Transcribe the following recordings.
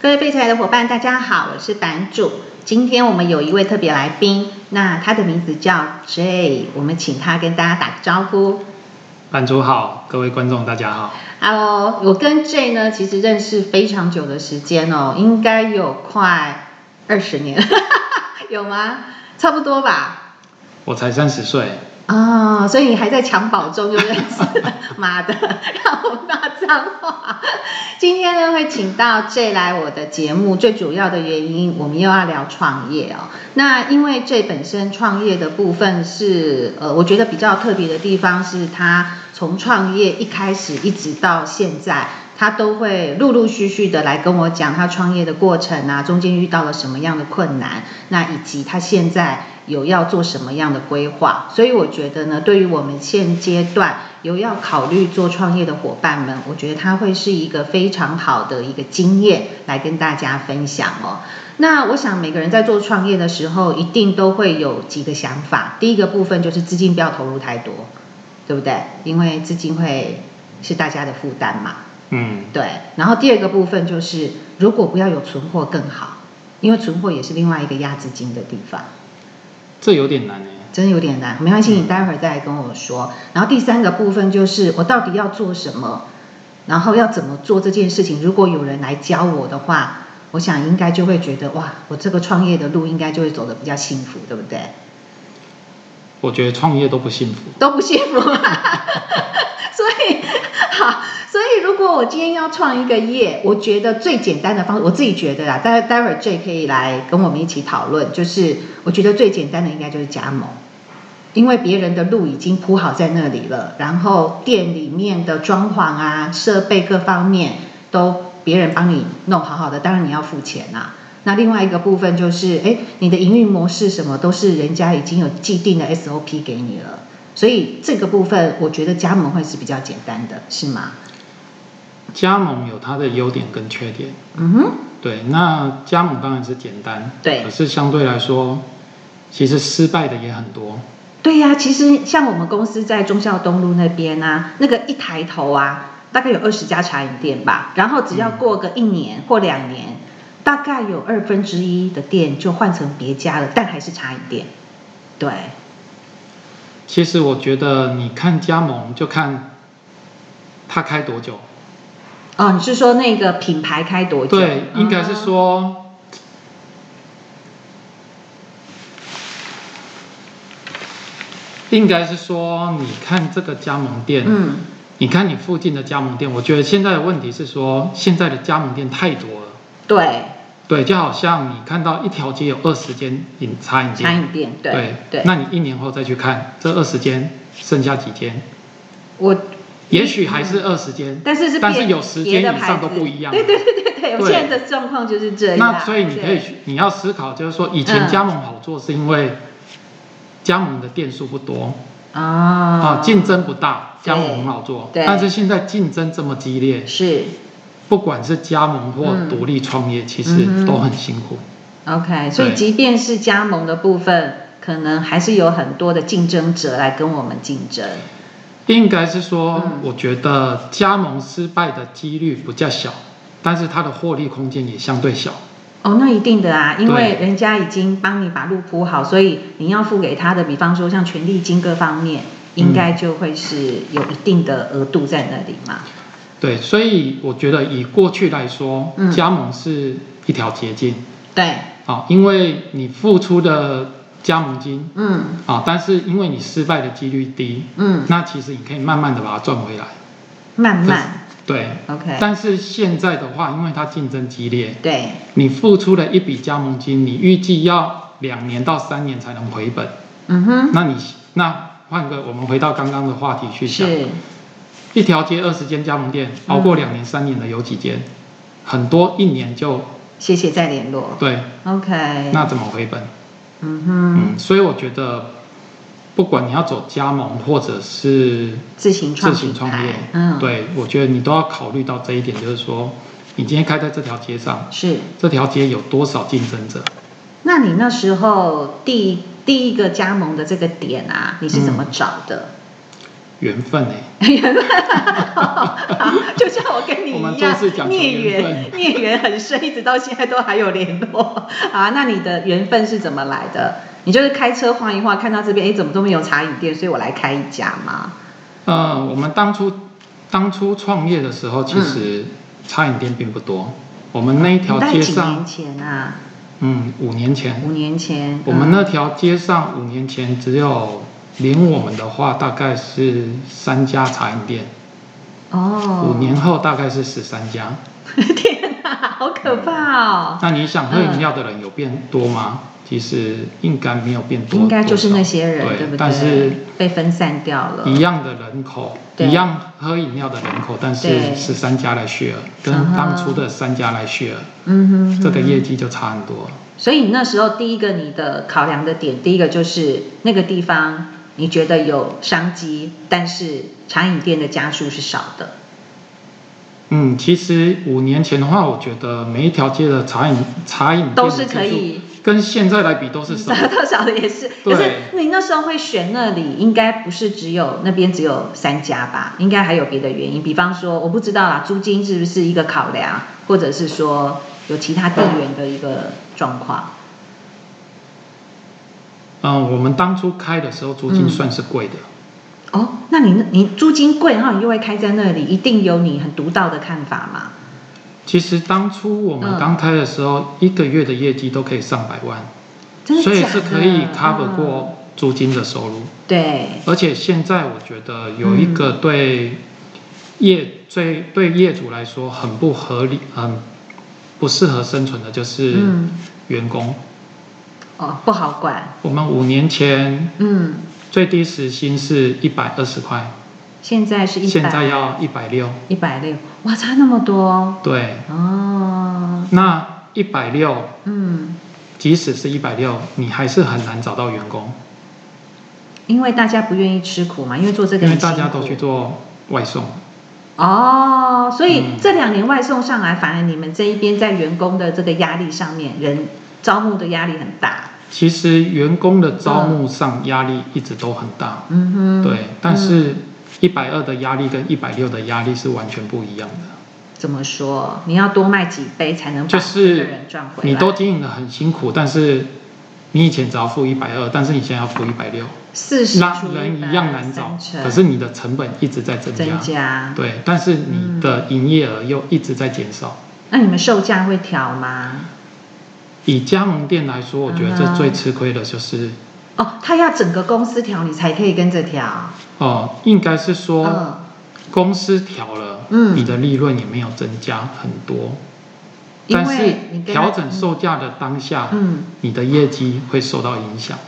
各位备菜的伙伴，大家好，我是版主。今天我们有一位特别来宾，那他的名字叫 J，我们请他跟大家打个招呼。版主好，各位观众大家好。 Hello，我跟 J 呢其实认识非常久的时间哦，应该有快二十年， 有吗？差不多吧。我才三十岁，哦，所以你还在襁褓中就认识， 妈的，让我骂脏话。今天呢会请到 J 来我的节目，最主要的原因我们又要聊创业哦。那因为 J 本身创业的部分是，呃，我觉得比较特别的地方是他从创业一开始一直到现在。他都会陆陆续续的来跟我讲他创业的过程啊，中间遇到了什么样的困难，那以及他现在有要做什么样的规划。所以我觉得呢，对于我们现阶段有要考虑做创业的伙伴们，我觉得他会是一个非常好的一个经验来跟大家分享哦。那我想每个人在做创业的时候，一定都会有几个想法。第一个部分就是资金不要投入太多，对不对？因为资金会是大家的负担嘛。嗯，对，然后第二个部分就是，如果不要有存货更好，因为存货也是另外一个压资金的地方，这有点难哎。真的有点难。没关系，你待会儿再来跟我说。然后第三个部分就是，我到底要做什么，然后要怎么做这件事情？如果有人来教我的话，我想应该就会觉得哇，我这个创业的路应该就会走得比较幸福，对不对？我觉得创业都不幸福。都不幸福， 所以好，所以如果我今天要创一个业，我觉得最简单的方式，我自己觉得啦，待待会儿 J 可以来跟我们一起讨论，就是我觉得最简单的应该就是加盟。因为别人的路已经铺好在那里了，然后店里面的装潢啊、设备各方面都别人帮你弄好好的，当然你要付钱啦、那另外一个部分就是，哎，你的营运模式什么都是人家已经有既定的 SOP 给你了，所以这个部分我觉得加盟会是比较简单的，是吗？加盟有它的优点跟缺点。嗯哼，对，那加盟当然是简单，对可是相对来说，其实失败的也很多。对呀、其实像我们公司在忠孝东路那边啊，那个一抬头啊，大概有二十家茶饮店吧，然后只要过个一年或两年，大概有二分之一的店就换成别家了，但还是茶饮店。对，其实我觉得你看加盟就看它开多久，哦，你是说那个品牌开多久？对，应该是嗯说。应该是说，你看这个加盟店，嗯，你看你附近的加盟店，我觉得现在的问题是说，现在的加盟店太多了。对，嗯对，就好像你看到一条街有二十间饮茶饮餐店，饮店，对对。那你一年后再去看这二十间剩下几间，我也许还是二十间，但是是但是别有时别间的以牌上子都不一样。对对对对对，我对现在的状况就是这样。那所以你可以对去，你要思考，就是说以嗯前加盟好做，是因为加盟的店数不多啊啊，竞争不大，加盟对很好做。对但是现在竞争这么激烈，是不管是加盟或嗯独立创业，其实嗯哼都很辛苦。 OK，所以对即便是加盟的部分，可能还是有很多的竞争者来跟我们竞争。应该是说嗯，我觉得加盟失败的几率比较小，但是它的获利空间也相对小。哦，那一定的啊，因为对人家已经帮你把路铺好，所以你要付给他的，比方说像权利金各方面，应该就会是有一定的额度在那里嘛。对，所以我觉得以过去来说嗯，加盟是一条捷径对，啊，因为你付出的加盟金嗯啊，但是因为你失败的几率低，嗯，那其实你可以慢慢的把它赚回来。慢慢对， ，OK，但是现在的话，因为它竞争激烈，对，你付出了一笔加盟金，你预计要两年到三年才能回本。嗯哼，那你那换个，我们回到刚刚的话题去想，是，一条街二十间加盟店，熬过两年三年的有几间？很多一年就谢谢再联络对， ，OK，那怎么回本？嗯哼，嗯，所以我觉得，不管你要走加盟或者是自行创自品行创牌业，嗯，，对我觉得你都要考虑到这一点，就是说，你今天开在这条街上，是。这条街有多少竞争者？那你那时候第第一个加盟的这个点啊，你是怎么找的？缘分哎、缘分， 就像我跟你嗯我们一做事讲样，求孽缘缘，孽缘很深，一直到现在都还有联络。 好啊，那你的缘分是怎么来的？你就是开车晃一晃，看到这边，哎，怎么都没有茶饮店，所以我来开一家嘛。呃，我们当初当初创业的时候，嗯其实餐饮店并不多。我们那一条大概街几年上，前啊？嗯，五年前，五年前。我嗯？们那条街上五年前只有连我们的话，大概是三家茶饮店。哦，五年后大概是十三家。 天哪，好可怕哦！那你想喝嗯饮料的人有变多吗？其实应该没有变多，应该就是多少那些人，对不对？嗯但是被分散掉了。一样的人口，对一样喝饮料的人口，但对是十三家来 share，跟嗯哼当初的三家来 share，、嗯哼哼这个业绩就差很多。所以你那时候第一个你的考量的点，第一个就是那个地方你觉得有商机，但是茶饮店的家数是少的。嗯，其实五年前的话，我觉得每一条街的茶饮茶饮店的都是技术可以，跟现在来比都是少 少。到少的也是，可对是你那时候会选那里，应该不是只有那边只有三家吧？应该还有别的原因，比方说我不知道啦，租金是不是一个考量，或者是说有其他地缘的一个状况？嗯，我们当初开的时候租金嗯算是贵的，哦，那你那你租金贵，然后你又会开在那里，一定有你很独到的看法嘛？其实当初我们嗯刚开的时候，一个月的业绩都可以上百万，真的所以假是的可以 cover 嗯过租金的收入。对，而且现在我觉得有一个嗯对业最、对业主来说很不合理、很不适合生存的，就是嗯员工。哦，不好管，我们五年前嗯，最低时薪是一百二十块，现在是一百，现在要一百六。一百六，哇，差那么多对，哦，那一百六，嗯，即使是一百六，你还是很难找到员工，因为大家不愿意吃苦嘛，因为做这个因为很大家辛苦都去做外送。哦，所以嗯这两年外送上来，反而你们这一边在员工的这个压力上面，人招募的压力很大，其实员工的招募上压力一直都很大。嗯哼，对，但是一百二的压力跟一百六的压力是完全不一样的，怎么说？你要多卖几杯才能把就这个是人赚回来？你都经营的很辛苦，但是你以前只要付一百二，但是你现在要付一百六，四十那人一样难找，可是你的成本一直在增加增，加，嗯对，但是你的营业额又一直在减少。那你们售价会调吗？以加盟店来说，我觉得嗯这哼最吃亏的就是，哦，他要整个公司调，你才可以跟着调。哦、应该是说嗯，公司调了，嗯你的利润也没有增加很多，因但为是你跟他调整售价的当下，嗯你的业绩会受到影响。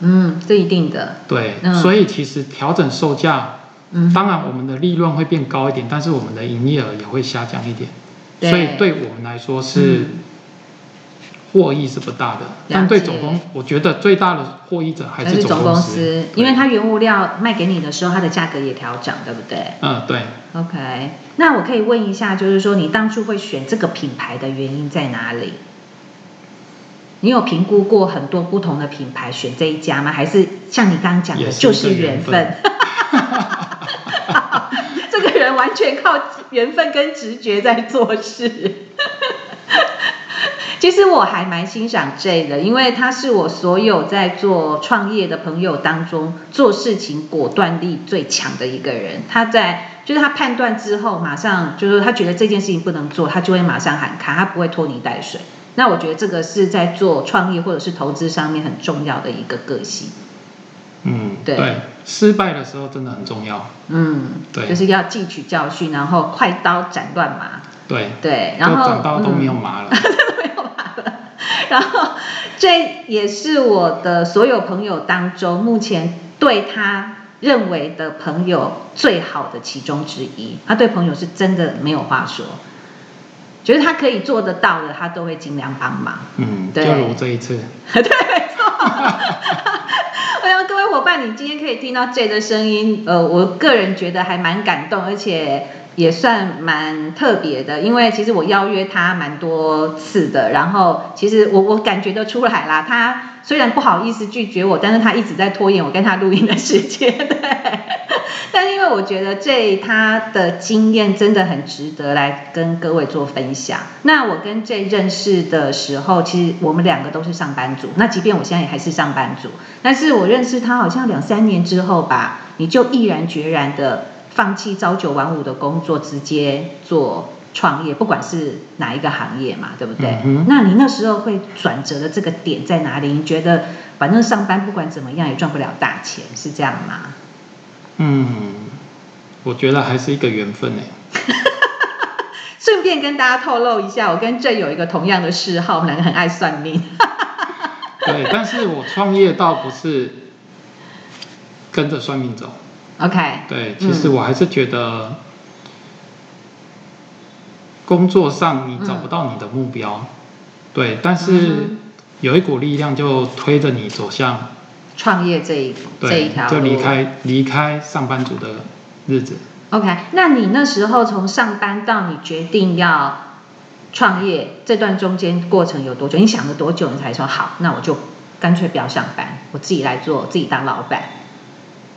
嗯，这一定的。对，嗯所以其实调整售价，嗯，当然我们的利润会变高一点，但是我们的营业额也会下降一点，对所以对我们来说是嗯获益是不大的。但对总公，我觉得最大的获益者还还是是总公公司，因为对它原物料卖给你的时候，它的价格也调整，对不对嗯对， ？OK，那我可以问一下，就是说你当初会选这个品牌的原因在哪里？你有评估过很多不同的品牌选这一家吗？还是像你刚刚讲的，也是就一是个缘缘分？ 这个人完全靠缘分跟直觉在做事。其实我还蛮欣赏 J 的，因为他是我所有在做创业的朋友当中做事情果断力最强的一个人。他在就是他判断之后，马上就是他觉得这件事情不能做，他就会马上喊卡，他不会拖泥带水。那我觉得这个是在做创业或者是投资上面很重要的一个个性。嗯对失败的时候真的很重要，嗯，对就是要汲取教训，然后快刀斩乱麻。对，对，就然后长到都没有嗯 麻了，然后这也是我的所有朋友当中，目前对他认为的朋友最好的其中之一。他对朋友是真的没有话说，觉得他可以做得到的，他都会尽量帮忙。嗯，对就如这一次， 哎呀，各位伙伴，你今天可以听到 J 的声音，呃，我个人觉得还蛮感动，而且也算蛮特别的，因为其实我邀约他蛮多次的，然后其实我我感觉得出来啦，他虽然不好意思拒绝我，但是他一直在拖延我跟他录音的时间，对。 但因为我觉得这他的经验真的很值得来跟各位做分享。那我跟 J 认识的时候，其实我们两个都是上班族。那即便我现在也还是上班族，但是我认识他好像两三年之后吧，你就毅然决然的放弃朝九晚五的工作，直接做创业，不管是哪一个行业嘛，对不对？嗯哼那你那时候会转折的这个点在哪里？你觉得反正上班不管怎么样也赚不了大钱，是这样吗？嗯，我觉得还是一个缘分欸呢。顺便跟大家透露一下，我跟郑有一个同样的嗜好，我们两个很爱算命。对，但是我创业倒不是跟着算命走。 OK，对，其嗯实我还是觉得，工作上你找不到你的目标，对，但是嗯有一股力量就推着你走向，创业这一这一对条，路就离。开离开上班族的日子。 OK，那你那时候从上班到你决定要创业这段中间过程有多久？你想了多久？你才说好，那我就干脆不要上班，我自己来做，自己当老板。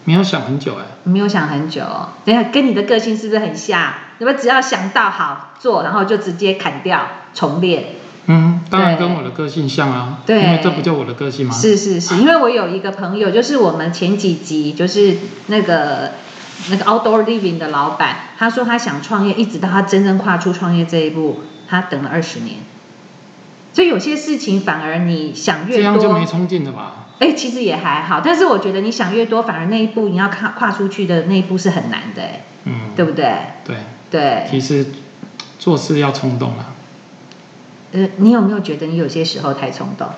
没有想很久哎、没有想很久、哦，等一下跟你的个性是不是很像？那么只要想到好做，然后就直接砍掉重练。嗯，当然对跟我的个性像啊，对因为这不就我的个性吗？是是是，因为我有一个朋友，就是我们前几集就是那个那个 outdoor living 的老板，他说他想创业，一直到他真正跨出创业这一步，他等了二十年。所以有些事情反而你想越多，这样就没冲劲了吧？哎、其实也还好，但是我觉得你想越多，反而那一步你要跨跨出去的那一步是很难的、哎嗯，对不对？对，对，其实做事要冲动啊。呃，你有没有觉得你有些时候太冲动？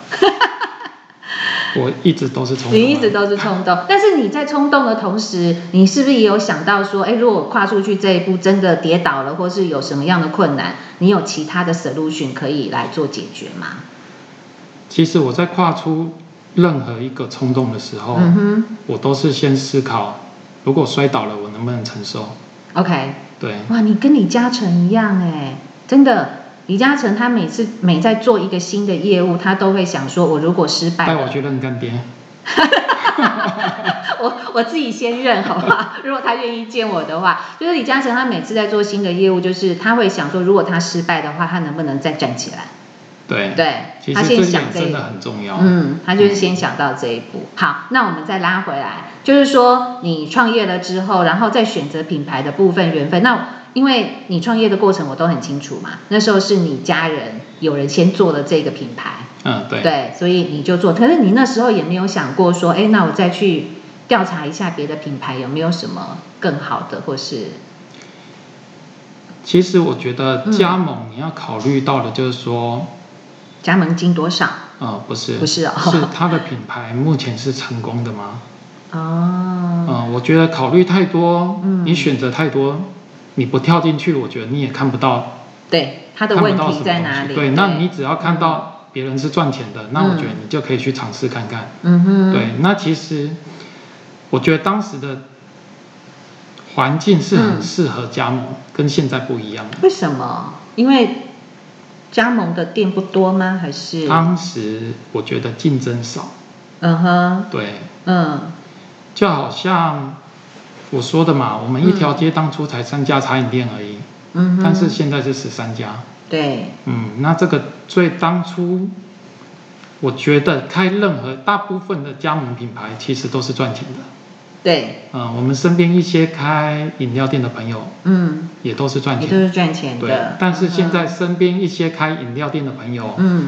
我一直都是冲动啊、你一直都是冲动，但是你在冲动的同时，你是不是也有想到说，哎，如果我跨出去这一步真的跌倒了，或是有什么样的困难，你有其他的 solution 可以来做解决吗？其实我在跨出任何一个冲动的时候，嗯哼我都是先思考，如果摔倒了，我能不能承受？ ，OK，对，哇，你跟李嘉诚一样哎，真的，李嘉诚他每次每在做一个新的业务，他都会想说，我如果失败带了哎我，去认干爹。 我我自己先认好不好？如果他愿意见我的话，就是李嘉诚他每次在做新的业务，就是他会想说，如果他失败的话，他能不能再站起来？对，对，其他实先这想点这一真步的，很重要。嗯，他就是先想到这一步。好，那我们再拉回来，就是说你创业了之后，然后再选择品牌的部分缘分。那因为你创业的过程我都很清楚嘛，那时候是你家人有人先做了这个品牌，嗯，对，对，所以你就做。可是你那时候也没有想过说，哎，那我再去调查一下别的品牌有没有什么更好的，或是其实我觉得加盟你要考虑到的就是说，加盟金多少？呃，不是，不是哦是他的品牌目前是成功的吗？嗯、哦，我觉得考虑太多，嗯你选择太多，你不跳进去，我觉得你也看不到对，他看的不问到什题么在东哪西里？对，那你只要看到别人是赚钱的，那我嗯觉得你就可以去尝试看看。嗯哼，对，那其实我觉得当时的环境是很嗯适合加盟，跟现在不一样的。为什么？因为加盟的店不多吗？还是？当时我觉得竞争少，嗯哼，对，嗯就好像我说的嘛，我们一条街当初才三家茶饮店而已，嗯哼，但是现在是十三家。对，嗯，那这个所以当初我觉得开任何大部分的加盟品牌其实都是赚钱的。对，嗯，我们身边一些开饮料店的朋友嗯，也都是赚也钱都的。是赚钱对的。，但是现在身边一些开饮料店的朋友嗯，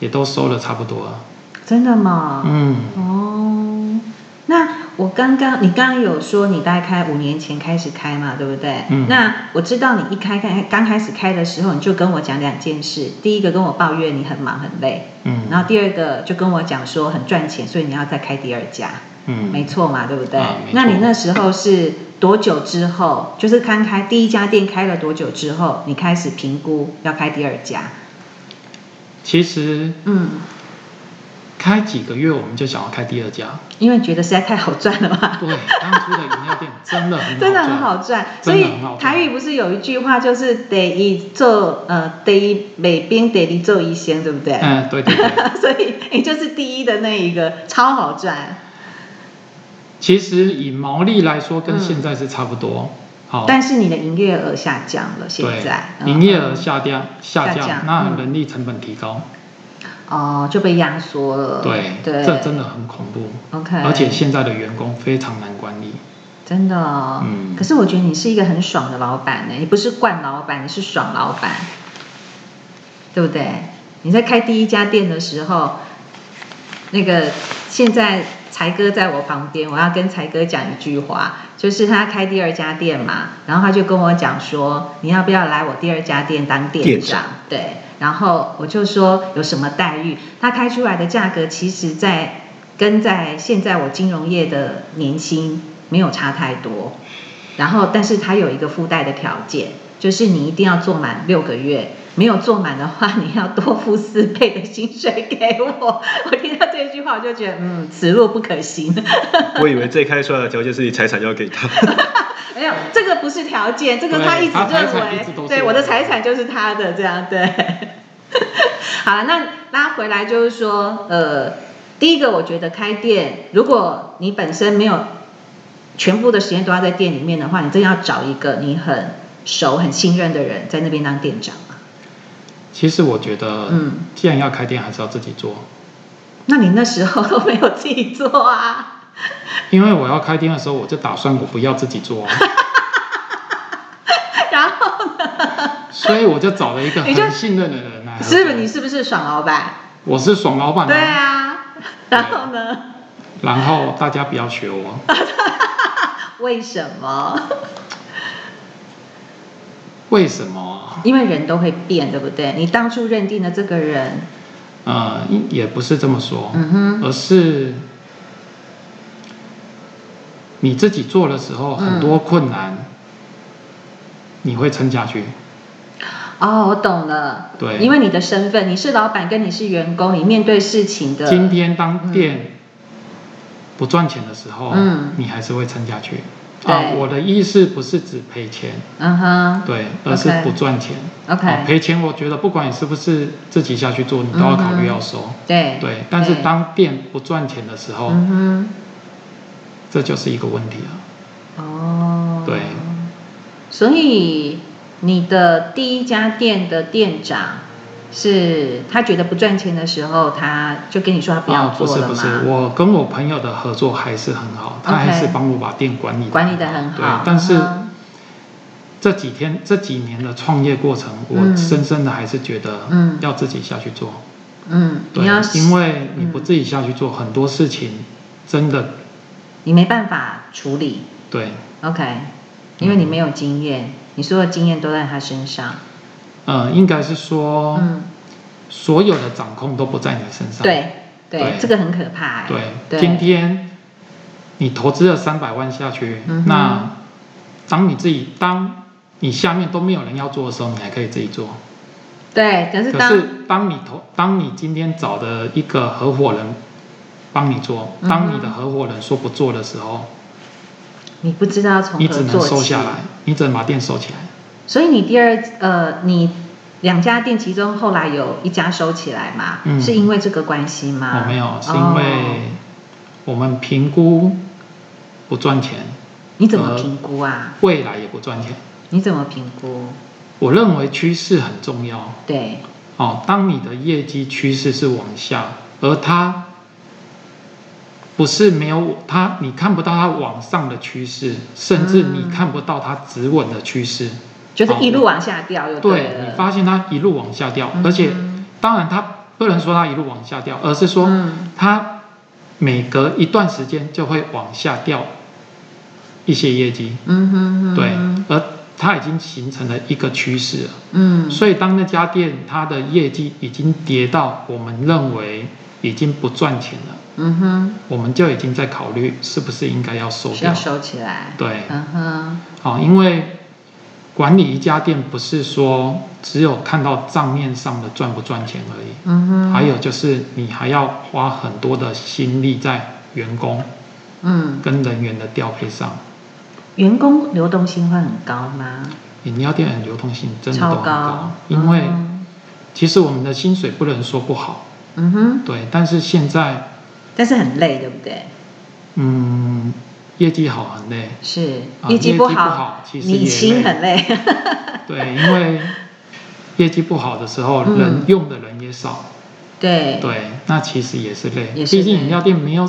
也都收了差不多了。嗯，真的吗？嗯，哦，那我刚刚你刚刚有说你大概开五年前开始开嘛，对不对？嗯那我知道你一开开刚开始开的时候，你就跟我讲两件事，第一个跟我抱怨你很忙很累，嗯然后第二个就跟我讲说很赚钱，所以你要再开第二家。嗯，没错嘛，对不对？啊没错那你那时候是多久之后？就是刚开第一家店开了多久之后，你开始评估要开第二家？其实嗯，开几个月我们就想要开第二家。因为觉得实在太好赚了嘛，对，当初的饮料店真的很好，啊 真的很好。赚。所真的以很好赚台语不是有一句话就是“得一做呃得一每边得一做一先”，对不对？ 嗯，对对对。所以你就是第一的那一个，超好赚。其实以毛利来说，跟嗯现在是差不多。好，但是你的营业额下降了，现对在，嗯营业额下降下下降降，那嗯人力成本提高，哦就被压缩了，对，呃对，哎这真的很恐怖。 OK，而且现在的员工非常难管理，真的、哦，嗯可是我觉得你是一个很爽的老板呢，你不是惯老板，你是爽老板，对不对？你在开第一家店的时候，那个现在才哥在我旁边，我要跟才哥讲一句话，就是他开第二家店嘛，然后他就跟我讲说，你要不要来我第二家店当店长？店长对，然后我就说有什么待遇？他开出来的价格，其实在跟在现在我金融业的年薪没有差太多，然后但是它有一个附带的条件，就是你一定要做满六个月。没有做满的话，你要多付四倍的薪水给我。 我听到这句话，我就觉得，嗯，此路不可行。 我以为最开出来的条件是你财产要给他， 没有，这个不是条件，这个对他一直他财认产为，一直都是对我我的的财产就是他的这样对。 好了，那拉回来就是说，呃，第一个我觉得开店，如果你本身没有全部的时间都要在店里面的话，你真要找一个你很熟、很信任的人在那边当店长啊。 其实我觉得，嗯既然要开店，还是要自己做。那你那时候都没有自己做啊？因为我要开店的时候，我就打算我不要自己做，啊 然后 所以我就找了一个你就很信任的人来合作。是不是你是不是爽老板？我是爽老板、对。啊， 然后呢？ 然后大家不要学我，为什么？为什么啊？因为人都会变，对不对？你当初认定的这个人，呃，也不是这么说，嗯哼，而是你自己做的时嗯候，很多困难、你会撑下去。哦，我懂了，对嗯因为你的身份，你是老板跟你是员工，你面对事情的，今天当店不赚钱的时候，嗯你还是会撑下去。对啊，我的意思不是指赔钱，嗯哼对，而是 OK 不赚钱。啊，OK，嗯赔钱，我觉得不管你是不是自己下去做，你都要考虑要收。对对，哦但是，当店不赚钱的时候，嗯这就是一个问题了。哼，哦，对，所以你的第一家店的店长。是他觉得不赚钱的时候，他就跟你说他不要啊，不做是了不嘛？是，我跟我朋友的合作还是很好，他 OK 还是帮我把店管理管理的很对好。，但是嗯这几天这几年的创业过程，我嗯深深的还是觉得嗯要自己下去做。嗯，对你要，嗯因为你不自己下去做，很多事情真的你没办法处理，对， OK，因嗯为你没有经验，你所有经验都在他身上。呃，应该是说嗯，所有的掌控都不在你身哦上。对对对，这个很可怕、欸。对，对，今天你投资了三百万下去嗯哼，那当你自己当你下面都没有人要做的时候，你还可以自己做。对，可是可当是当你投，当你今天找的一个合伙人帮你做，嗯哼当你的合伙人说不做的时候，你不知道从你何只能做收起啊下，来，你只能把店收起来。所以你第二呃，你两家店其中后来有一家收起来嘛，嗯是因为这个关系吗？我哦没有，是因为哦我们评估不赚钱，你怎么评估啊？未来也不赚钱。你怎么评估？我认为趋势很重要。对，哦，当你的业绩趋势是往下，而它不是没有它，你看不到它往上的趋势，甚至嗯你看不到它止稳的趋势。就是哦一路往下掉就对啊了。你发现它一路往下掉，嗯而且当然它不能说它一路往下掉，而是说嗯它每隔一段时间就会往下掉一些业绩，嗯哼哼，对，而它已经形成了一个趋势了。嗯，所以当那家店它的业绩已经跌到我们认为已经不赚钱了，嗯哼，我们就已经在考虑是不是应该要收需要掉。收起来。对，啊嗯哼。好、因为管理一家店不是说只有看到账面上的赚不赚钱而已，嗯哼，还有就是你还要花很多的心力在员工嗯，跟人员的调配上。员工流动性会很高吗？饮料店的流动性真的都超很高，因为嗯其实我们的薪水不能说不好，嗯哼，对，但是现在。但是很累，对不对？嗯，业绩好很累，是啊业绩不业绩不好好，其实你也心累很 累，对，因为业绩不好的时候，嗯人用的人也少，对，对，那其实也是累。也是毕竟累饮料店没有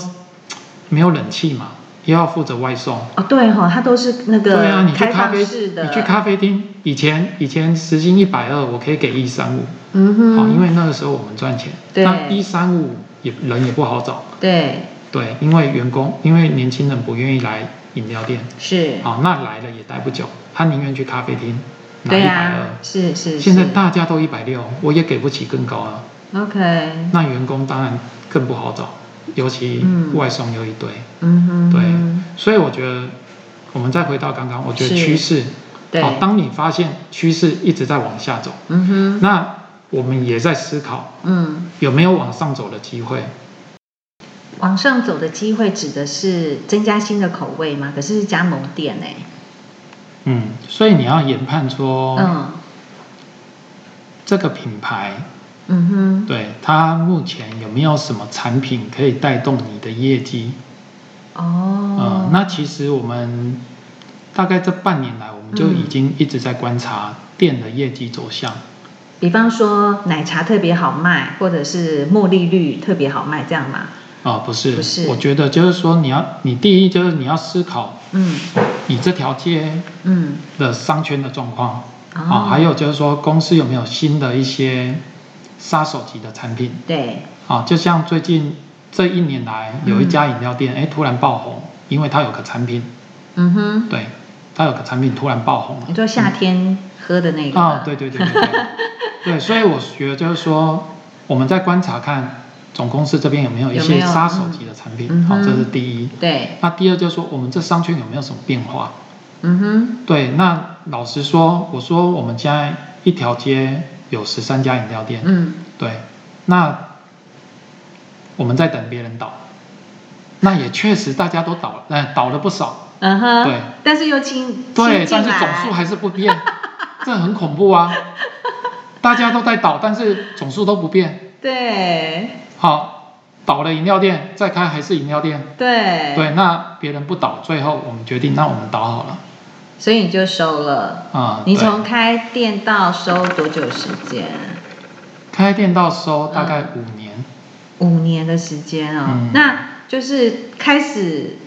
没有冷气嘛，又要负责外送。哦对哈、它都是那对啊，个你去开咖放啡，式的，你去咖啡厅，以前以前时薪一百二，我可以给一三五，嗯哼，哦好，因为那个时候我们赚钱。对那一三五也人也不好找，对对，因为员工因为年轻人不愿意来饮料店，是，好，啊那来了也待不久，他宁愿去咖啡厅拿对一百二啊。，是是，现在是大家都一百六，我也给不起更高了。 OK，那员工当然更不好找，尤其嗯外送有一堆。嗯哼，对，所以我觉得，我们再回到刚刚，我觉得是趋势，对好，当你发现趋势一直在往下走，嗯哼，那我们也在思考嗯，有没有往上走的机会。往上走的机会指的是增加新的口味吗？可是是加盟店哎、嗯，所以你要研判说、嗯这个品牌，嗯哼，对它目前有没有什么产品可以带动你的业绩？哦呃，，那其实我们大概这半年来，我们嗯就已经一直在观察店的业绩走向。比方说奶茶特别好卖，或者是茉莉绿特别好卖，这样吗？啊、不是，不是我觉得就是说，你要，你第一就是你要思考嗯你这条街嗯，的商圈的状况啊、哦还有就是说公司有没有新的一些杀手级的产品对，啊、就像最近这一年来有一家饮料店，哎、突然爆红，因为它有个产品，嗯哼，对，它有个产品突然爆红了你。说夏天喝的那个吗啊，对对对对对， 对，所以我觉得就是说，我们在观察看总公司这边有没有一有没些有杀手级的产品嗯，好、嗯哼这是第一。对，那第二就是说，我们这商圈有没有什么变化？嗯哼，对，那老实说，我说我们现在一条街有十三家饮料店，嗯，对，那我们在等别人倒，那也确实大家都倒了，哎，倒了不少，嗯哼，对，但是又清清，对进但是来总数还是 不变，这很恐怖啊！大家都在倒，但是总数都不变。对好，倒了饮料店再开还是饮料店，对嗯对，那别人不倒，最后我们决定，那我们倒好了所以你就收了。啊。你对从开店到收多久时间？开店到收大嗯概五年，五年的时间哦，嗯那就是开始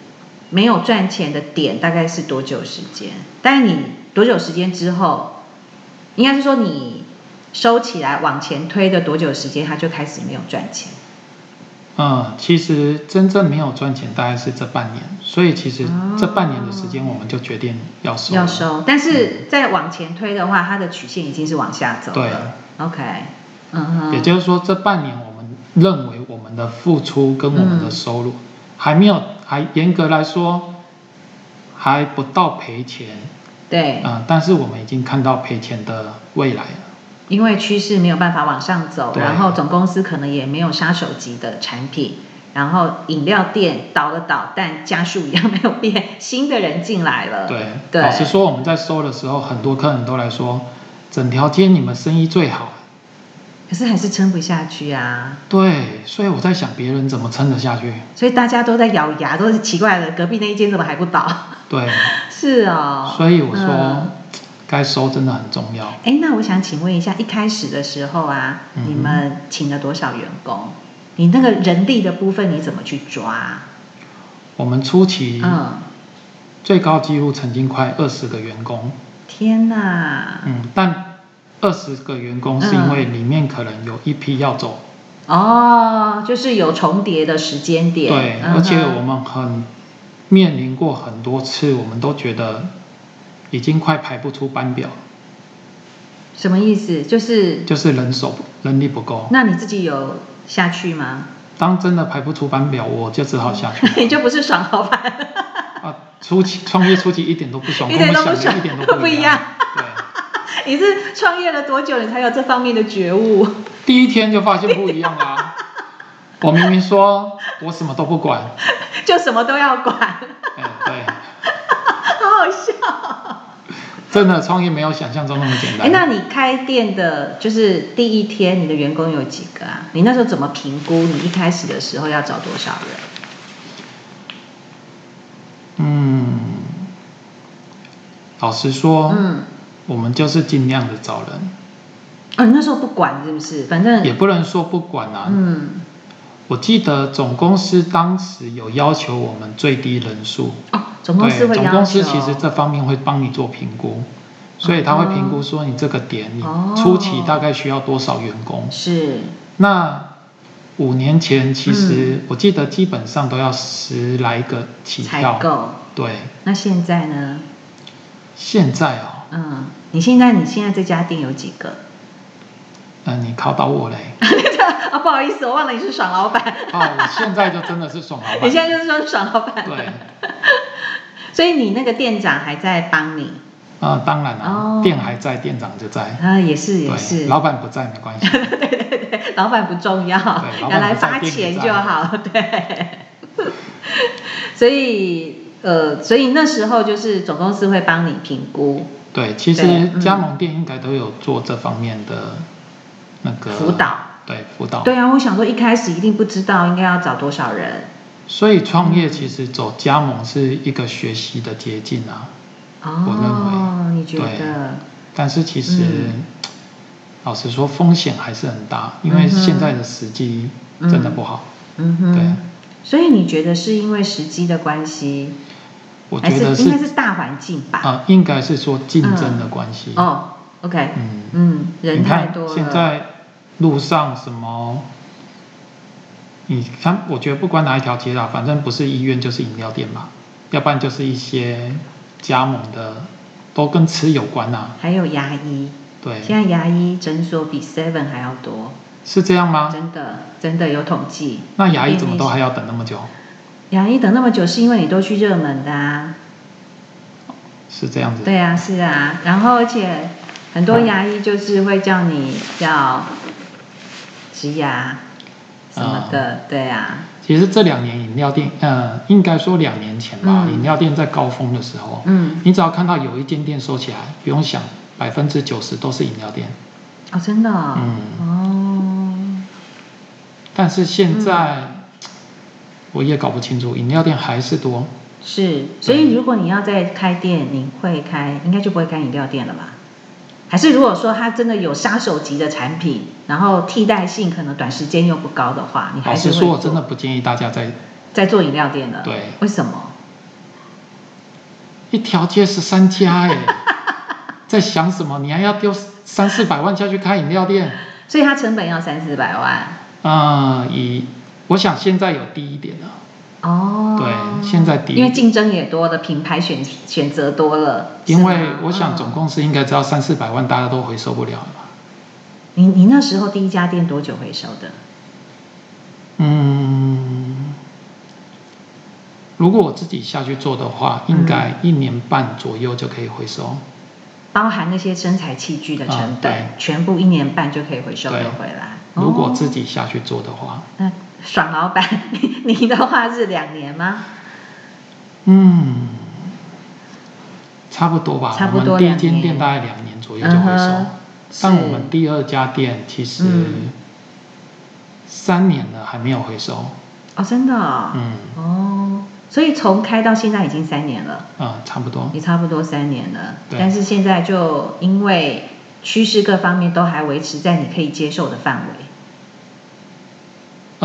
没有赚钱的点大概是多久时间？但你多久时间之后，应该是说你收起来往前推的多久时间，它就开始没有赚钱？嗯，其实真正没有赚钱大概是这半年，所以其实哦这半年的时间我们就决定要收，要，收，但是再往前推的话，它的曲线已经是往下走了。OK，嗯哼，也就是说这半年我们认为我们的付出跟我们的收嗯入还没有，还严格来说还不到赔钱，对嗯、，但是我们已经看到赔钱的未来了，因为趋势没有办法往上走，对然后总公司可能也没有杀手级的产品，然后饮料店倒了倒，但家数一样没有变，新的人进来了。对，嗯对，老实说我们在收的时候，很多客人都来说，整条街你们生意最好。可是还是撑不下去啊。对，所以我在想别人怎么撑得下去。所以大家都在咬牙，都是奇怪的，隔壁那一间怎么还不倒？ 对，是哦，所以我说嗯，该收真的很重要。哎、那我想请问一下，一开始的时候啊，嗯哼你们请了多少员工？你那个人力的部分你怎么去抓啊？我们初期嗯，最高纪录曾经快二十个员工，天哪！嗯，但二十个员工是因为里面可能有一批要走，哦，就是有重叠的时间点。对，嗯哼而且我们很面临过很多次，我们都觉得已经快排不出班表，什么意思？就是就是人手人力不够。那你自己有下去吗？ 当真的排不出班表，我就只好下去你就不是爽老板， 啊。初期创业初期一点都不爽，一跟点我都想不爽的一点都不一样对。你是创业了多久，你才有这方面的觉悟？ 第一天就发现不一样啦、我明明说我什么都不管，就什么都要管， 哎、对，好好笑。真的创业没有想象中那么简哎，单。那你开店的，就是第一天，你的员工有几个啊？你那时候怎么评估？你一开始的时候要找多少人？嗯，老实说，嗯，我们就是尽量的找人，哦，你那时候不管是不是？反正也不能说不管啊。嗯，我记得总公司当时有要求我们最低人数，哦，总公司对，会要总求，公司其实这方面会帮你做评估，所以他会评估说你这个点你哦初期大概需要多少员工。是那五年前其实嗯我记得基本上都要十来个起采跳，购。对。那现在呢？现在哦，嗯，你现在你现在这家店有几个？ 嗯、你考倒我嘞！啊，不好意思，我忘了你是爽老板， 啊，我现在就真的是爽老板。你现在就是说爽老板。对，啊、所以你那个店长还在帮你，啊当然了、哦店还在，店长就在。啊，也是也对，是， 老板不在没关系。老板不重要，老板原来不在发店里钱在就好， 对。所以呃，所以那时候就是总公司会帮你评估对，其对实嗯加盟店应该都有做这方面的那个辅导。对辅导。对啊，我想说一开始一定不知道应该要找多少人所以创业其实走加盟是一个学习的捷径啊，我哦，你觉对得？但是其实、嗯老实说风险还是很大，因为嗯哼现在的时机真的不好。嗯对哼，所以你觉得是因为时机的关系，我还觉得是是应该是大环境吧？啊、应该是说竞争的关系。哦，OK，嗯嗯，人你太看多了，现在路上什么？你看，我觉得不管哪一条街啦，反正不是医院就是饮料店嘛，要不然就是一些加盟的，都跟吃有关呐、还有牙医，对，现在牙医诊所比 Seven 还要多，是这样吗？真的真的有统计。那牙医怎么便利都还要等那么久？牙医等那么久，是因为你都去热门的啊？是这样子？对啊，是啊。然后而且很多牙医就是会叫你要植牙什么的，对啊，其实这两年饮料店，呃，应该说两年前吧，嗯饮料店在高峰的时候，嗯，你只要看到有一间店收起来，不用想，百分之九十都是饮料店。嗯哦，真的哦，但是现在、嗯我也搞不清楚，饮料店还是多。哦，是。所以如果你要再开店，你会开，应该就不会开饮料店了吧？还是如果说它真的有杀手级的产品，然后替代性可能短时间又不高的话，你老还是实会说，我做真的不建议大家在在做饮料店了。对为什么？一条街十三 家哎，在想什么？你还要丢三四百万下去开饮料店？所以它成本要三四百万。啊、以我想现在有低一点了，啊哦，对现在低因为竞争也多了，品牌选选择多了。因是为吗我想总、哦公司应该知道三四百万大家都回收不了了吧。你你那时候第一家店多久回收的？嗯，如果我自己下去做的话，应该嗯一年半左右就可以回收。包含那些生产器具的成本，啊全部一年半就可以回收对得回来。如果自哦、己下去做的话，那爽老板，你你的话是两年吗？嗯，差不多吧。差不多我们第一两间年店大概两年左右就回收，嗯哼但是我们第二家店其实嗯三年了还没有回收。哦，真的、哦，嗯，哦，所以从开到现在已经三年了。啊、差不多。也差不多三年了，对但是现在就因为趋势各方面都还维持在你可以接受的范围，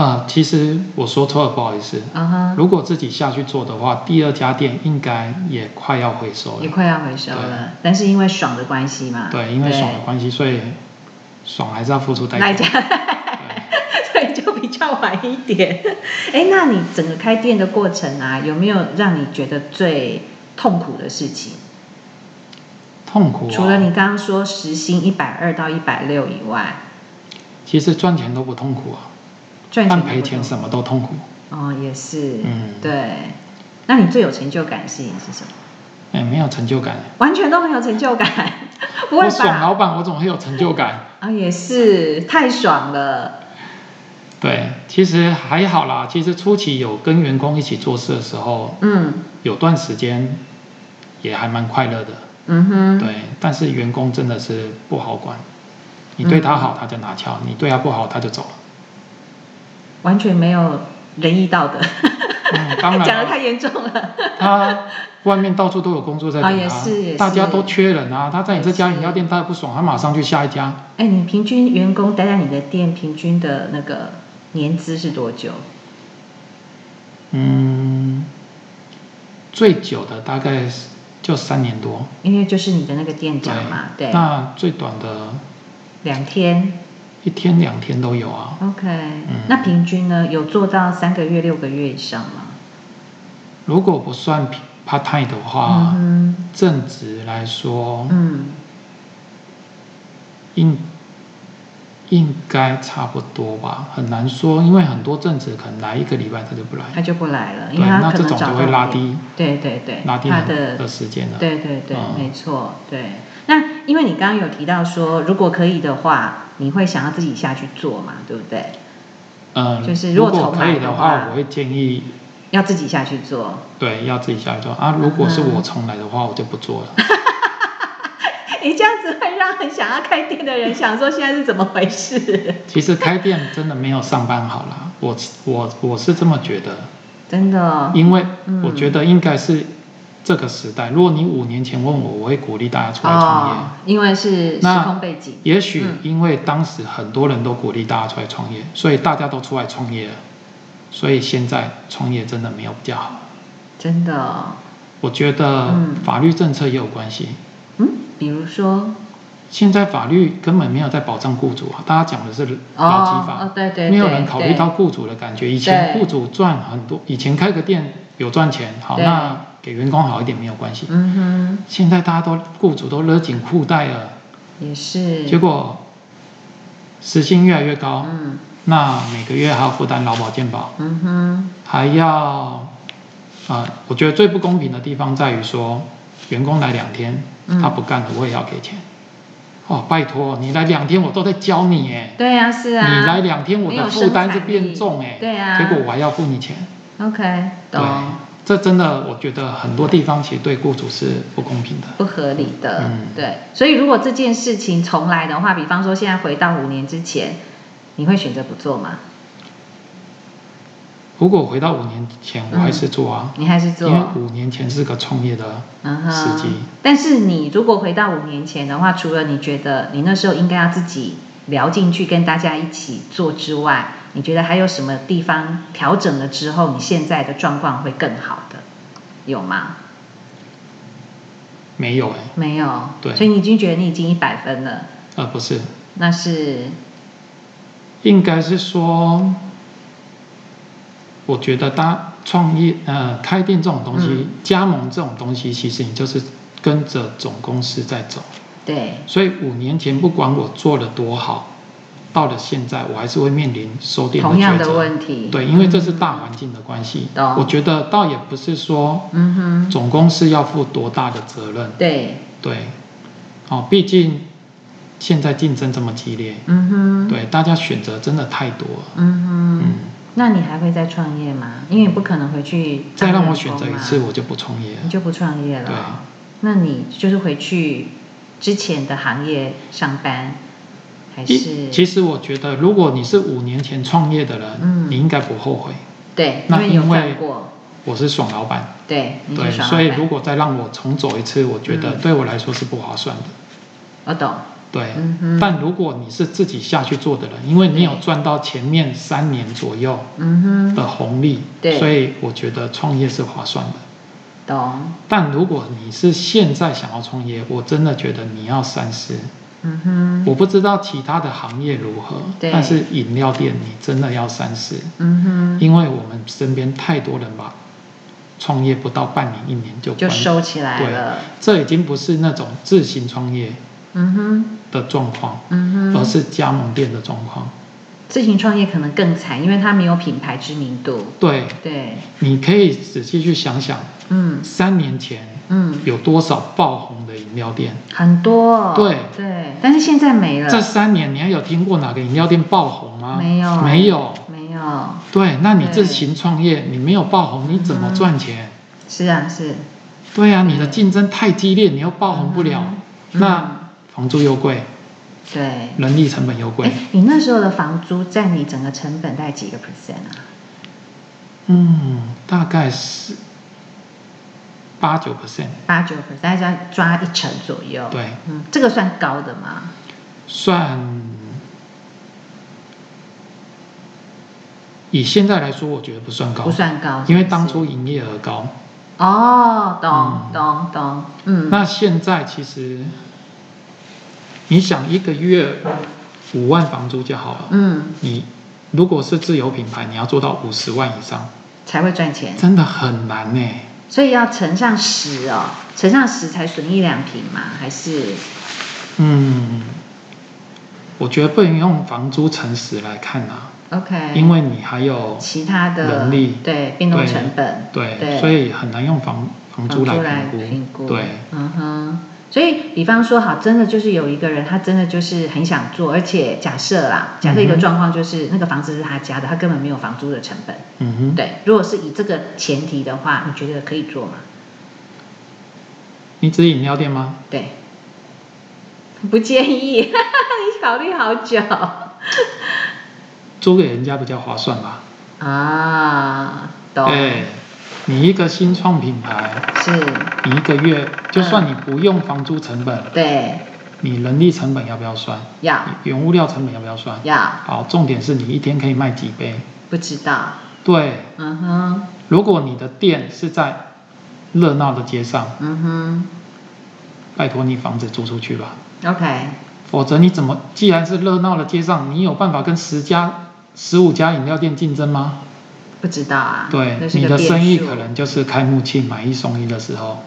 啊、其实我说错了，不好意思。啊哈，如果自己下去做的话，第二家店应该也快要回收也了。快要回收了，但是因为爽的关系嘛，对，因为爽的关系，所以爽还是要付出代那一价。家， 所以就比较晚一点。哎，那你整个开店的过程啊，有没有让你觉得最痛苦的事情？痛苦、哦。除了你刚刚说时薪一百二到一百六以外，其实赚钱都不痛苦啊，赚钱但的赔部分钱什么都痛苦。哦，也是，嗯对。那你最有成就感的事情是什么？哎，没有成就感。完全都很有成就感， 不我会爽啊吧？老板，我怎么会有成就感？啊，也是太爽了，对，其实还好啦。其实初期有跟员工一起做事的时候，嗯有段时间也还蛮快乐的。嗯哼，对，但是员工真的是不好管，你对他好他就拿翘，你对他不好他就走了。完全没有仁义道德，嗯，当然讲的啊太严重了。他外面到处都有工作在等啊也他是也，大家是都缺人啊。他在你这家饮料店待不爽，他马上去下一家。哎，你平均员工待在你的店平均的那个年资是多久？嗯，最久的大概是就三年多，因为就是你的那个店长嘛，对，那最短的两天。一天两天都有啊。 OK，、那平均呢？有做到三个月、六个月以上吗？如果不算 part time 的话，嗯正职来说哼，嗯，应应该差不多吧，很难说，因为很多正职可能来一个礼拜他就不来，他就不来了，对因为他那可这能种找就到会拉别低对对对，拉低他很的的时间了。对对对，嗯没错，对。那因为你刚刚有提到说，如果可以的话，你会想要自己下去做嘛，对不对？嗯，就是如果如果重可来以的的话话，我会建议要自己下去做，对要自己下来做啊。如果是嗯我重来的话，我就不做了。你这样子会让很想要开店的人想说现在是怎么回事？其实开店真的没有上班好啦，我我我是这么觉得，真的哦，因为嗯我觉得应该是这个时代。如果你五年前问我，我会鼓励大家出来创业。哦，因为是时那空背景，也许嗯因为当时很多人都鼓励大家出来创业，所以大家都出来创业了，所以现在创业真的没有比较好。真的哦，我觉得嗯法律政策也有关系。嗯，比如说，现在法律根本没有在保障雇主啊，大家讲的是劳基法，哦对对没有对人考虑对到雇主的感觉。以前对雇主赚很多，以前开个店有赚钱，好，对那给员工好一点没有关系。嗯现在大家都雇主都勒紧裤带了，哼，也是，结果时薪越来越高，嗯那每个月还要负担劳保健保，嗯哼，还要啊、呃我觉得最不公平的地方在于说，员工来两天，嗯他不干了，我也要给钱。哦，拜托，你来两天我都在教你哎，对啊，是啊，你来两天我没有的负担生就产变力重哎，对啊，结果我还要付你钱， OK 对懂。，这真的我觉得很多地方其实对雇主是不公平的。不合理的，嗯对，所以如果这件事情重来的话，比方说现在回到五年之前，你会选择不做吗？如果回到五年前，我还是做啊，你还是因为做？五年前是个创业的嗯时机哼。但是你如果回到五年前的话，除了你觉得你那时候应该要自己聊进去跟大家一起做之外，你觉得还有什么地方调整了之后，你现在的状况会更好的，有吗？没有哎、没有。对所以你已经觉得你已经一百分了，呃，不是，那是应该是说，我觉得当创业呃开店这种东西，嗯加盟这种东西，其实你就是跟着总公司在走。对，所以五年前不管我做的多好，到了现在我还是会面临收店同样抉的择。问题。嗯对，因为这是大环境的关系。懂我觉得倒也不是说嗯哼，总公司要负多大的责任，对，对，哦，毕竟现在竞争这么激烈，嗯哼，对，大家选择真的太多了。嗯哼，嗯，那你还会再创业吗？因为你不可能回去当再让我员选工择一嘛次，我就不创业了你。就不创业对了。那你就是回去之前的行业上班，还是一，其实我觉得，如果你是五年前创业的人，嗯你应该不后悔。对，因那为你有因为干过，我是爽老板，对，你对，是爽所以老板如果再让我重走一次，我觉得嗯对我来说是不划算的。我懂，对，嗯哼但如果你是自己下去做的人，因为你有对赚到前面三年左右嗯的哼，红利，对所以我觉得创业是划算的。懂，但如果你是现在想要创业，我真的觉得你要三思。嗯哼，我不知道其他的行业如何，对但是饮料店你真的要三思，嗯哼，因为我们身边太多人把创业不到半年、一年就就关收起来了，这已经不是那种自行创业嗯哼，的状况，嗯而哼，是加盟店的状况。自行创业可能更惨，因为它没有品牌知名度，对，对，你可以仔细去想想，嗯三年前嗯。有多少爆红的饮料店？很多、哦，对对，但是现在没了，这三年你还有听过哪个饮料店爆红吗？嗯没有没有。没有，对，那你对自行创业，你没有爆红，你怎么赚钱？是啊是，对呀、你的竞争太激烈，你又爆红不了，嗯那房租又贵，对，人力成本又贵哎哎，，你那时候的房租占你整个成本大概几个 percent 啊？嗯，大概是八九 percent，八九 percent，大概抓一成左右。对，嗯，这个算高的吗？算以现在来说，我觉得不算高，不算高，因为当是不初是营业额高。哦，懂嗯懂懂，嗯，那现在其实，你想一个月五万房租就好了。嗯，你如果是自有品牌，你要做到五十万以上，才会赚钱，真的很难呢、所以要乘上十哦，乘上十才损一两瓶嘛，还是嗯，我觉得不能用房租乘十来看啊， OK？因为你还有其他的人力对变动成本，对，对所以很难用房房租来评估。啊评估，对，嗯哼。所以，比方说，好，真的就是有一个人，他真的就是很想做，而且假设啦，假设一个嗯哼状况就是、那个房子是他家的，他根本没有房租的成本。嗯哼，对，如果是以这个前提的话，你觉得可以做吗？你指饮料店吗？对，不建议， 你考虑好久 租给人家比较划算吧？啊，懂，对，你一个新创品牌，是，你一个月就算你不用房租成本，对，你人力成本要不要算？要原物料成本要不要算？要，好，重点是你一天可以卖几杯？不知道，对，嗯哼，如果你的店是在热闹的街上，嗯拜托你房子租出去吧，哼，OK，否则你怎么？既然是热闹的街上，你有办法跟十家、十五家饮料店竞争吗？不知道啊，对那，是你个的变生意数可能就是开幕庆买一送一的时候。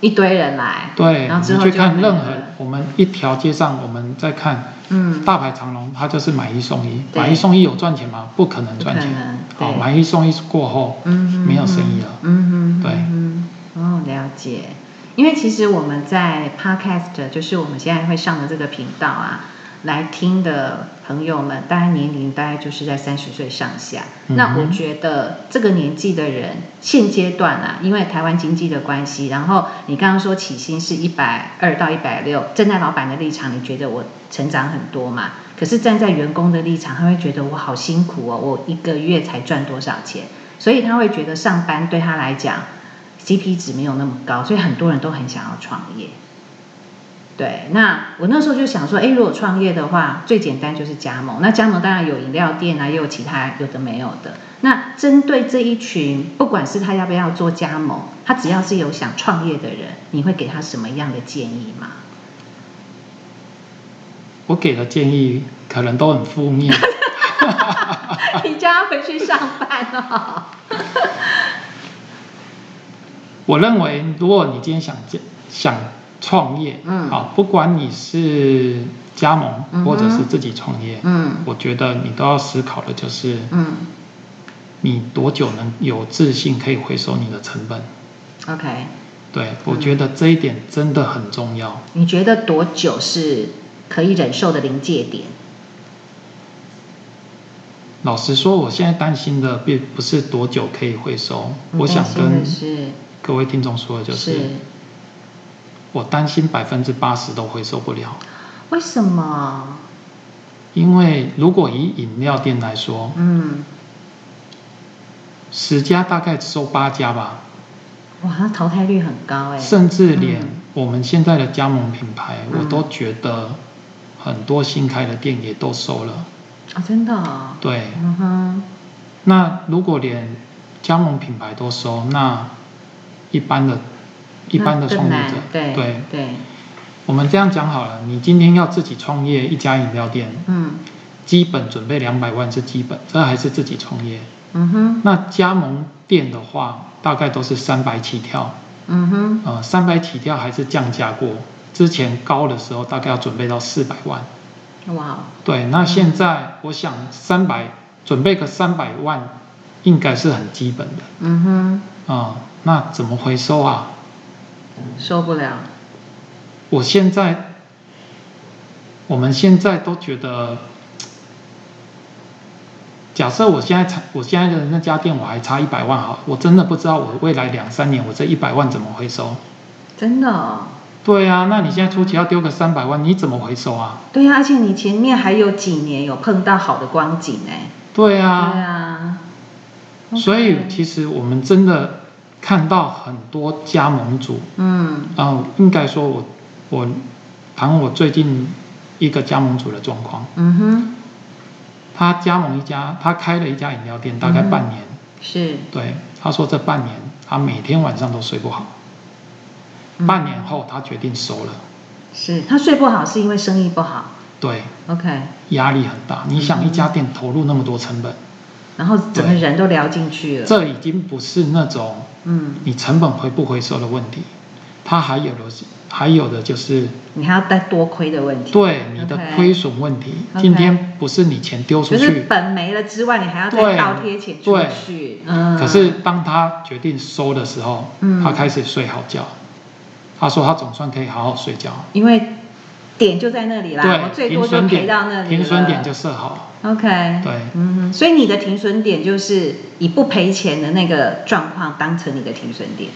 一堆人来，对，然后你之后去就看没了任何我们一条街上，我们在看嗯，大排长龙，它就是买一送一，对买一送一有赚钱吗？不可能赚不可钱能。好，对买一送一过后，嗯哼，没有生意了。嗯哼，对嗯哼，哦，了解。因为其实我们在 Podcast，就是我们现在会上的这个频道啊，来听的朋友们，大概年龄大概就是在三十岁上下。嗯哼那我觉得这个年纪的人，现阶段啊，因为台湾经济的关系，然后你刚刚说起薪是一百二到一百六，站在老板的立场，你觉得我成长很多嘛？可是站在员工的立场，他会觉得我好辛苦哦，我一个月才赚多少钱？所以他会觉得上班对他来讲 CP 值没有那么高，所以很多人都很想要创业。对，那我那时候就想说，诶，如果创业的话，最简单就是加盟。那加盟当然有饮料店啊，也有其他有的没有的。那针对这一群，不管是他要不要做加盟，他只要是有想创业的人，你会给他什么样的建议吗？ 我给的建议可能都很 负面。你叫他回去上班哦。 我认为，如果你今天想建想创业，嗯好，不管你是加嗯哼盟或者是自己创业，嗯我觉得你都要思考的就是，嗯你多久能有自信可以回收你的成本？ ，OK。对，我嗯觉得这一点真的很重要。你觉得多久是可以忍受的临界点？老实说，我现在担心的并不是多久可以回收，我想你跟嗯担心各位听众说的就的是是，我担心百分之八十都回收不了，为什么？因为如果以饮料店来说，嗯，十家大概收八家吧，哇，它淘汰率很高哎、甚至连嗯我们现在的加盟品牌，嗯我都觉得很多新开的店也都收了。哦，真的、哦，对，嗯哼，那如果连加盟品牌都收，那一般的、一般的那创更业难者，对对，对，我们这样讲好了，你今天要自己创业一家饮料店，嗯基本准备两百万是基本，这还是自己创业。嗯哼那加盟店的话，大概都是三百起跳，嗯哼，呃，三百起跳还是降价过，之前高的时候大概要准备到四百万。哇，哦对，那现在我想三百准备个三百万，应该是很基本的嗯哼，啊、那怎么回收啊？受不了，我现在，我们现在都觉得，假设我现在差，我现在的那家店我还差一百万哈，我真的不知道我未来两三年我这一百万怎么回收。真的、哦，对啊，那你现在初期要丢个三百万，你怎么回收啊？对呀、而且你前面还有几年有碰到好的光景哎、对对啊，啊， OK 所以其实我们真的看到很多加盟主，嗯然后应该说我我谈我最近一个加盟主的状况，嗯哼，他加盟一家，他开了一家饮料店，大概嗯半年，是对，他说这半年他每天晚上都睡不好，嗯半年后他决定收了，是，他睡不好是因为生意不好对， ，OK，压力很大。嗯你想一家店投入那么多成本，然后整个人都聊进去了，这已经不是那种嗯，你成本回不回收的问题，它还有的是还有的就是你还要再多亏的问题，对你的 OK 亏损问题。 OK 今天不是你钱丢出就是去，本没了之外，你还要再对倒贴钱出对去，嗯，可是当他决定收的时候，嗯他开始睡好觉。他说他总算可以好好睡觉，因为点就在那里啦，我最对，停多就损赔到那点里停损点了就设好， OK，对嗯哼，所以你的停损点就是以不赔钱的那个状况当成你的停损点，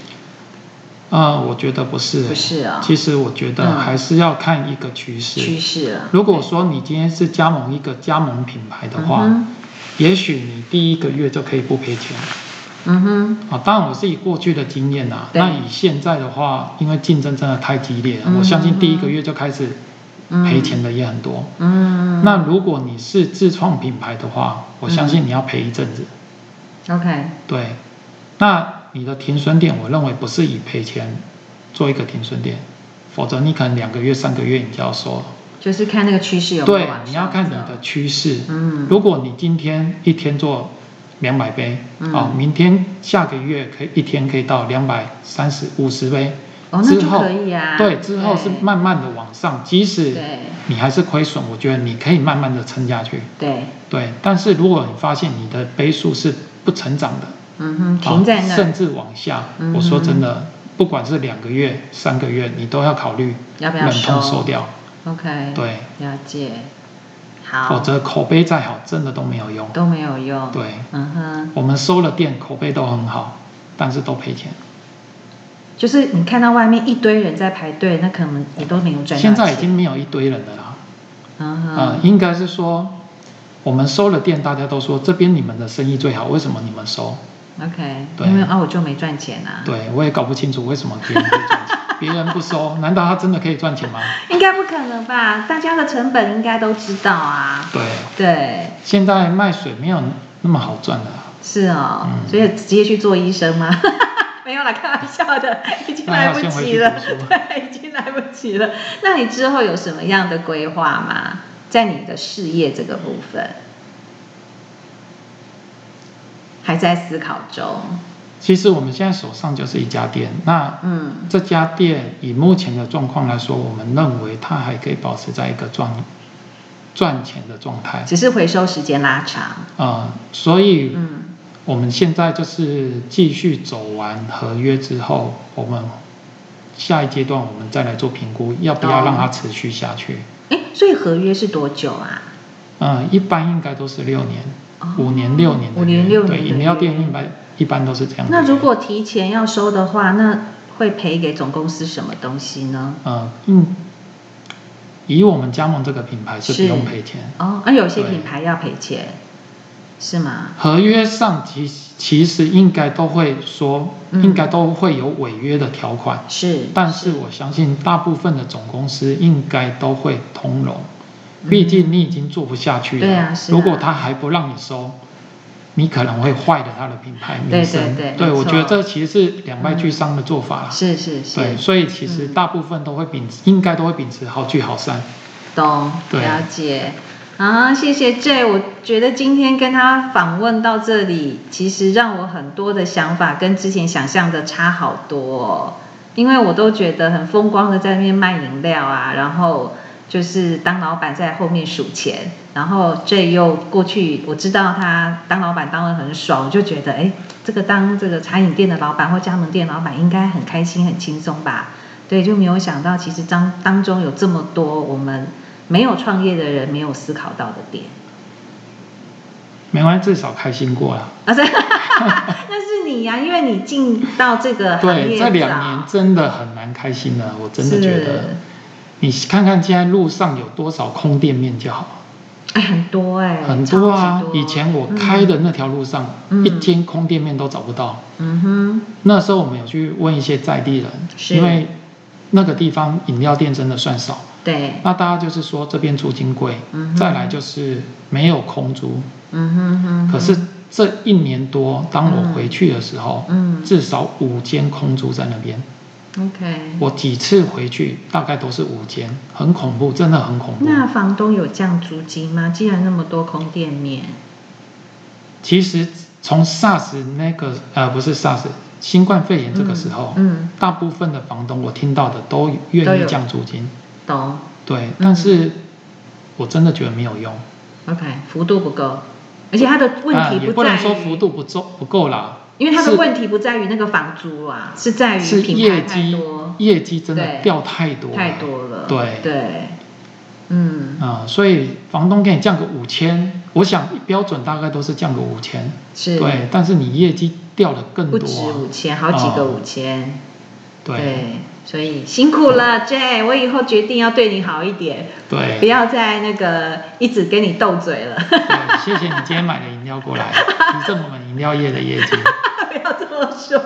呃，我觉得不是，不是啊、其实我觉嗯得还是要看一个趋势。趋势哦了。如果说你今天是加盟一个加盟品牌的话，嗯也许你第一个月就可以不赔钱嗯哼，啊。当然，我是以过去的经验啊，对那以现在的话，因为竞争真的太激烈了，嗯我相信第一个月就开始赔钱的也很多。嗯，那如果你是自创品牌的话，我相信你要赔一阵子。 OK，对，那你的停损点，我认为不是以赔钱做一个停损点，否则你可能两个月、三个月你就要收了。就是看那个趋势有没有对往上，你要看你走的趋势。嗯如果你今天一天做两百杯，嗯哦，明天下个月可以一天可以到两百三十五十杯，哦那就之后可以啊对，之后是对慢慢的往上，即使对你还是亏损，我觉得你可以慢慢的撑下去。对，对，但是如果你发现你的杯数是不成长的，嗯哼，啊停在那甚儿，至往下，嗯我说真的，不管是两个月、三个月，你都要考虑要不要忍痛收收掉， ，OK，，对，了解，否好，则口碑再好，真的都没有用。都没有用，，对，嗯哼，我们收了店，口碑都很好，但是都赔钱。就是你看到外面一堆人在排队，那可能你都没有赚到现在已钱经没有一堆人了啦，嗯哼，呃，应该是说，我们收了店，大家都说这边你们的生意最好，为什么你们收？嗯 OK，对因为啊我就没赚钱啊，对我也搞不清楚为什么别人会赚钱， 别人不收，难道他真的可以赚钱吗？应该不可能吧？大家的成本应该都知道啊。对，对，现在卖水没有那么好赚的啦。是哦，嗯所以直接去做医生吗？ 没有啦，开玩笑 的，已经来不及了那要先回去读，书 对，已经来不及了。那你之后有什么样的规划吗？在你的事业这个部分，还在思考中。其实我们现在手上就是一家店，那嗯这家店以目前的状况来说，我们认为它还可以保持在一个赚赚钱的状态。只是回收时间拉长。呃，所以嗯我们现在就是继续走完合约之后，我们下一阶段我们再来做评估，要不要让它持续下去？哎，所以合约是多久啊？嗯，一般应该都是六年哦、五年、六年的约，五年六年对，的饮料店约一般一般都是这样的约。那如果提前要收的话，那会赔给总公司什么东西呢？呃嗯，以我们加盟这个品牌是是不用赔钱。哦，那有些对品牌要赔钱，是吗？合约上其其实应该都会说，嗯应该都会有违约的条款，是，但是我相信大部分的总公司应该都会通融，毕竟你已经做不下去嗯了。对啊是啊如果他还不让你收，你可能会坏了他的品牌对名声。对对没我错嗯觉得这其实是两败俱伤的做法啦。是是是，对，所以其实嗯大部分都会秉，应该都会秉持好聚好散。懂，对了解。啊，谢谢 J，我觉得今天跟他访问到这里，其实让我很多的想法跟之前想象的差好多、哦，因为我都觉得很风光的在那边卖饮料啊，然后就是当老板在后面数钱，然后 J 又过去，我知道他当老板当得很爽，我就觉得哎，这个当这个茶饮店的老板或加盟店老板应该很开心很轻松吧。对，就没有想到，其实当当中有这么多我们没有创业的人没有思考到的点。没关系，至少开心过了。啊， 对，那是你呀、因为你进到这个行对，业这两早年真的很难开心了，我真的觉啊是得，你看看现在路上有多少空店面就好。哎，很多哎、很超级多啊。以前我开，的嗯那条路上，嗯一天空店面都找不到。嗯哼，那时候我们有去问一些在地人，是因为那个地方饮料店真的算少。对，那大家就是说这边租金贵，嗯哼再来就是没有空租。嗯哼哼哼，可是这一年多，当我回去的时候，嗯至少五间空租在那边。 ，OK，我几次回去，大概都是五间，很恐怖，真的很恐怖。那房东有降租金吗？既然那么多空店面，其实从 SARS 那个呃不是 SARS 新冠肺炎这个时候，嗯嗯大部分的房东我听到的都都愿有意降租金，嗯懂对，但是我真的觉得没有用。 ？OK，幅度不够，而且他的问啊题也不不在能于，说幅度不够不够啦，因为他的是问题不在于那个房租啊，是在于是品牌业太绩多，业绩真的对掉太多了太多了，对对，嗯，啊、所以房东给你降个五千，我想标准大概都是降个五千，是，对，但是你业绩掉的更不多、止啊，五千，好几个哦五千，对所以辛苦了，J，我以后决定要对你好一点，对不要再那个一直跟你斗嘴了，对，谢谢你今天买的饮料过来，提振我们饮料业的业绩。 不要这么说。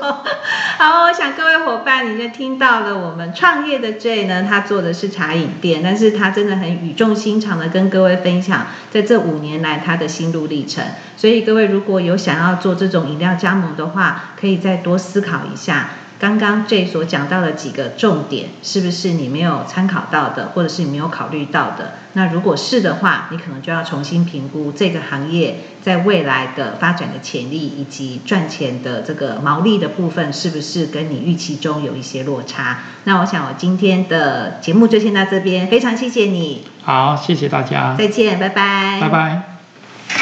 好，我想各位伙伴，你就听到了我们创业的 J 呢，他做的是茶饮店，但是他真的很语重心长的跟各位分享，在这五年来他的心路历程。所以各位如果有想要做这种饮料加盟的话，可以再多思考一下。刚刚 J 所讲到的几个重点，是不是你没有参考到的，或者是你没有考虑到的？那如果是的话，你可能就要重新评估这个行业在未来的发展的潜力，以及赚钱的这个毛利的部分，是不是跟你预期中有一些落差？那我想我今天的节目就先到这边，非常谢谢你，好，谢谢大家，再见，拜拜，拜拜。